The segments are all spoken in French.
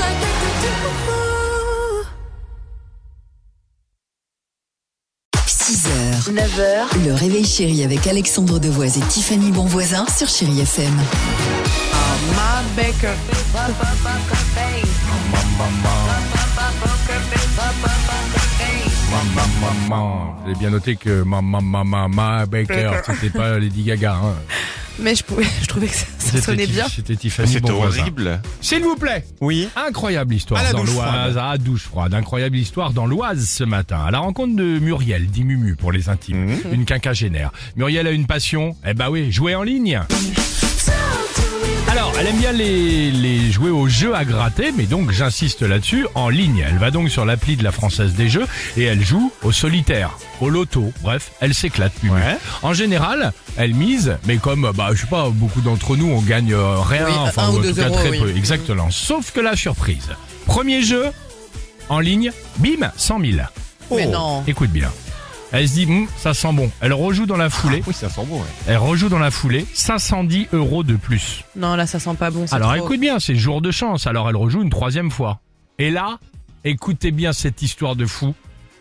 like we could do. 6h, 9h, le réveil chéri avec Alexandre Devoise et Tiffany Bonvoisin sur Chérie FM. Maman, vous avez bien noté que Maman, Maman, Ma Baker, c'était pas Lady Gaga. Hein. Mais je, pouvais, je trouvais que ça, ça C'était sonnait Ti- bien. C'était Ah, Tiffany. C'est Bonvoisin. horrible. S'il vous plaît. Oui. Incroyable histoire À la dans douche l'Oise, à douche froide. Incroyable histoire dans l'Oise ce matin. À la rencontre de Muriel, dit Mumu pour les intimes, Mhm. une quinquagénaire. Muriel a une passion. Eh bah oui, jouer en ligne. Alors, elle aime bien les, les jouer aux jeux à gratter, mais donc j'insiste là-dessus, en ligne. Elle va donc sur l'appli de la Française des Jeux et elle joue au solitaire, au loto. Bref, elle s'éclate. Mumu. En général, elle mise, mais comme, bah, je sais pas, beaucoup d'entre nous, on gagne euh, rien, Oui, enfin, un ou en deux tout cas euros, très oui. Mm. peu, exactement. Sauf que la surprise, premier jeu, en ligne, bim, 100 000. Oh. Mais non. Écoute bien. Elle se dit, Hum, ça sent bon. Elle rejoue dans la foulée. Oui, ça sent bon. ouais. Elle rejoue dans la foulée. 510 euros de plus. Non, là, ça sent pas bon. c'est Alors trop. écoute bien, c'est jour de chance. Alors elle rejoue une troisième fois. Et là, écoutez bien cette histoire de fou.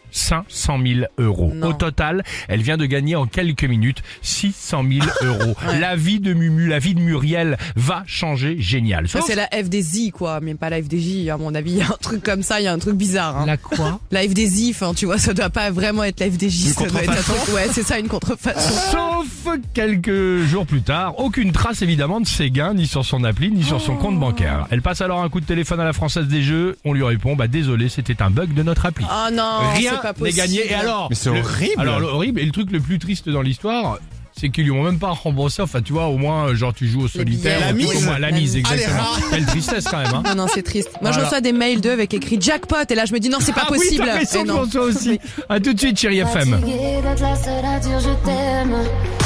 500 000 euros. Non. Au total, elle vient de gagner en quelques minutes 600 000 euros. La vie de Mumu, la vie de Muriel va changer. Génial. Ça, Sauf- c'est la FDZ, quoi, mais pas la FDJ. À mon avis, il y a un truc comme ça, il y a un truc bizarre. hein. La quoi La FDZ, enfin, tu vois, ça doit pas vraiment être la FDJ. Une ça doit être un contrefaçon truc- Ouais, c'est ça, une contrefaçon. Sauf quelques jours plus tard, aucune trace évidemment de ses gains, ni sur son appli, ni sur son compte bancaire. Elle passe alors un coup de téléphone à la Française des Jeux, on lui répond, bah désolé, c'était un bug de notre appli. Oh non, Rien c'est pas n'est possible. gagné. Et alors Mais c'est le- horrible. Alors le horrible, et le truc le plus triste dans l'histoire, c'est qu'ils lui ont même pas remboursé, enfin tu vois, au moins, euh, genre tu joues au solitaire, billets. La au- au mise. ah. moins la La mise, mise. exactement. Allez, Quelle tristesse quand même, hein. Non, non, c'est triste. Moi, je Voilà. reçois des mails d'eux avec écrit jackpot, et là, je me dis non, c'est pas Ah oui, possible. t'as raison, Et non. François aussi. À tout de suite, chérie FM. Fatiguée d'être la seule à dire je t'aime.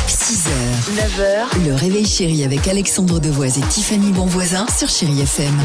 6h, 9h, le réveil chéri avec Alexandre Devoise et Tiffany Bonvoisin sur Chérie FM.